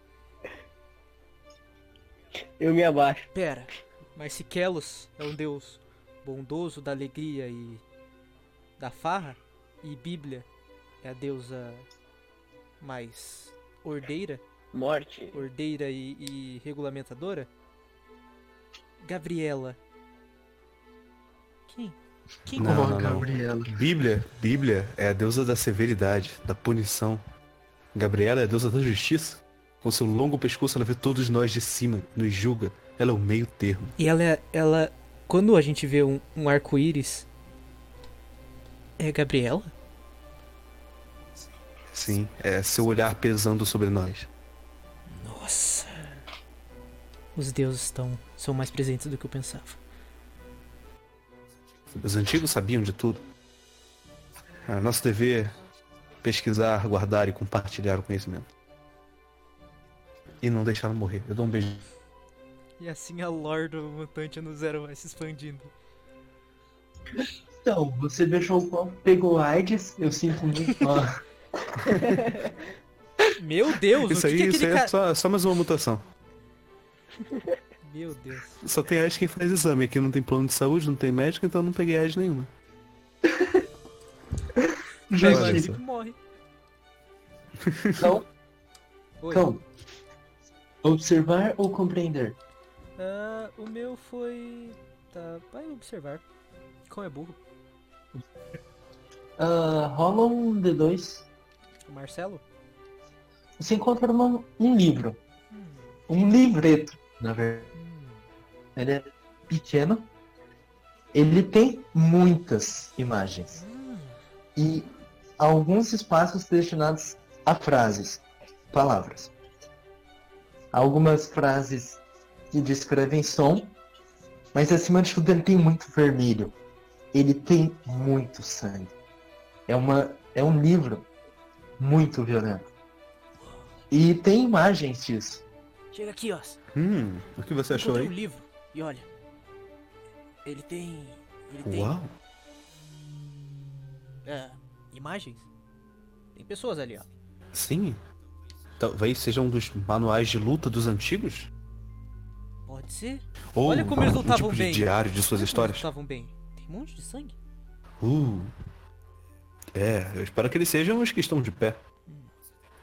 B: Eu me abaixo.
A: Pera, mas se Kelos é um deus bondoso da alegria e da farra, e Bíblia é a deusa mais ordeira,
B: Morte.
A: ordeira e, e regulamentadora, Gabriela. Quem? Quem
D: Não,
C: Ó,
D: não, não.
C: Gabriela.
D: Bíblia, Bíblia é a deusa da severidade, da punição. Gabriela é a deusa da justiça. Com seu longo pescoço, ela vê todos nós de cima, nos julga. Ela é o meio termo.
A: E ela, é- ela quando a gente vê um, um arco-íris, é Gabriela?
D: Sim, é seu olhar pesando sobre nós.
A: Nossa. Os deuses estão são mais presentes do que eu pensava.
D: Os antigos sabiam de tudo. Ah, nosso dever é pesquisar, guardar e compartilhar o conhecimento. E não deixá-lo morrer. Eu dou um beijo.
A: E assim a lore do mutante no zero vai se expandindo.
C: Então, você deixou o copo, pegou AIDS, eu sinto muito. Ó,
A: Meu Deus,
D: Isso
A: o que, que
D: aí, isso
A: aquele
D: aí
A: cara.
D: é só, só mais uma mutação.
A: Meu Deus.
D: Só tem AIDS quem faz exame. Aqui não tem plano de saúde, não tem médico, então eu não peguei AIDS nenhuma.
A: Vai,
D: Olha
A: mano,
D: só.
A: ele morre.
C: Então,
A: Oi.
C: então, observar ou compreender?
A: Ah, o meu foi. Tá, vai observar. Como é burro.
C: Ah, rola um D2.
A: O Marcelo?
C: Você encontra uma- um livro. Um livreto, na verdade. Ele é pequeno. Ele tem muitas imagens. E alguns espaços destinados a frases, palavras. Algumas frases que descrevem som, mas acima de tudo ele tem muito vermelho. Ele tem muito sangue. É, uma, é um livro muito violento. E tem imagens disso.
F: Chega aqui, ó.
D: Hum, o que você achou
F: Encontrei um
D: aí?
F: livro. E olha. Ele tem. Ele tem.
D: Uau!
F: ah, imagens? Tem pessoas ali, ó.
D: Sim. Talvez seja um dos manuais de luta dos antigos?
F: Pode ser?
D: Ou
A: Olha como eles
D: um
A: lutavam
D: tipo de
A: bem.
D: diário de suas histórias?
A: Estavam bem. Tem um monte de sangue.
D: Uh. É, eu espero que eles sejam os que estão de pé.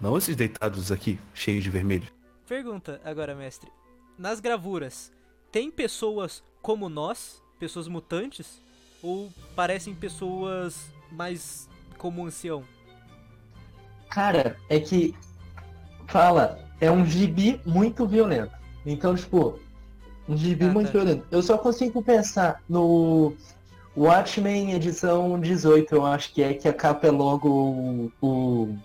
D: Não esses deitados aqui, cheios de vermelho.
A: Pergunta agora, mestre. Nas gravuras, tem pessoas como nós, pessoas mutantes? Ou parecem pessoas mais como um ancião?
C: Cara, é que. Fala, é um gibi muito violento. Então, tipo, um gibi
A: Ah,
C: muito
A: tá.
C: violento. Eu só consigo pensar no Watchmen edição 18, eu acho que é, que a capa é logo o. o,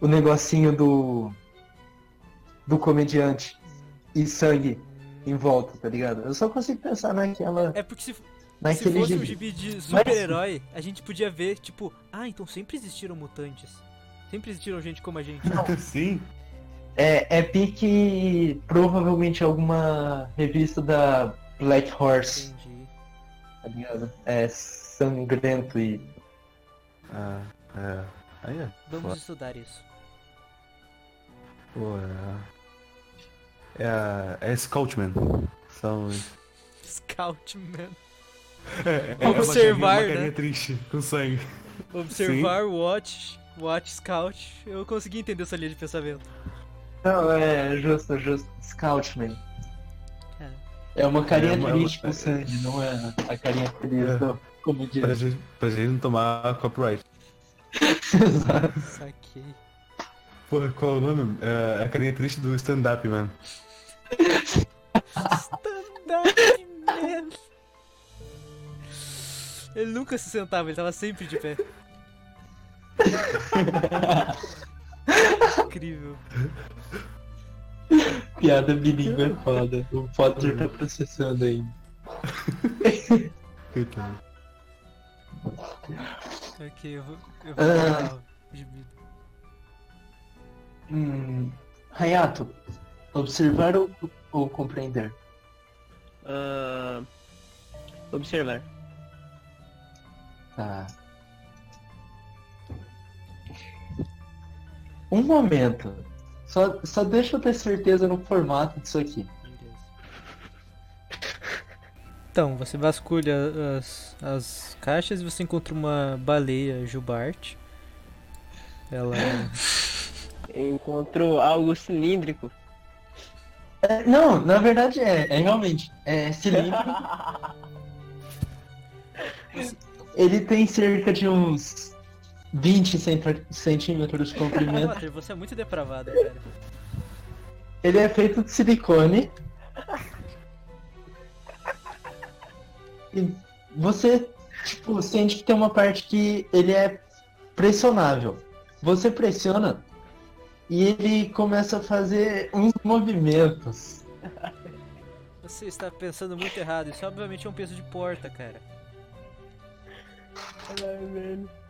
C: o negocinho do. do comediante. E sangue em volta, tá ligado? Eu só consigo pensar naquela.
A: É porque se, se
C: naquele
A: fosse um
C: gibi.
A: gibi de super-herói, a gente podia ver, tipo, ah, então sempre existiram mutantes. Sempre existiram gente como a gente.
D: Sim.
C: É, é pique provavelmente alguma revista da Black Horse,
A: Entendi.
C: tá ligado? É sangrento e.
D: Ah, é. Aí é.
A: Vamos
D: foda.
A: estudar isso.
D: Pô, é. É, a- é Scoutman. São.
A: Scout, man.
D: É,
A: é uma Observar, carinha- uma né?
D: é
A: carinha
D: triste, com sangue.
A: Observar, watch, watch, scout. Eu consegui entender essa linha de pensamento.
C: Não, é justo, justo. Scoutman.
A: É.
C: É uma carinha
D: É uma-
C: triste
D: é
C: com
D: uma-
C: sangue, não é a carinha feliz
D: É.
C: do
D: Pra
C: comediante.
D: gente, pra gente não tomar copyright.
C: Exato.
A: Saquei.
D: Porra, qual é o nome? É a carinha triste do stand-up, mano.
A: Stand-up man. Ele nunca se sentava, ele tava sempre de pé. Incrível.
C: Piada bilíngue é foda. O Potter tá
D: Uhum.
C: processando ainda.
D: Coitado.
A: Ok, eu vou. Eu vou
C: Ah.
A: dar o gibi.
C: Hum, Hayato, observar ou, ou compreender?
B: Ah, observar.
C: Tá. Um momento. Só, só deixa eu ter certeza no formato disso aqui.
A: Então, você vasculha as, as caixas e você encontra uma baleia jubarte. Ela.
B: Eu encontro algo cilíndrico.
C: É, não, na verdade é, é realmente. É cilindro. Ele tem cerca de uns 20 centra- centímetros de comprimento.
A: Potter, você é muito depravado, cara.
C: Ele é feito de silicone. E você, tipo, sente que tem uma parte que ele é pressionável. Você pressiona e ele começa a fazer uns movimentos.
A: Você está pensando muito errado. Isso obviamente é um peso de porta, cara.
B: Ai, velho.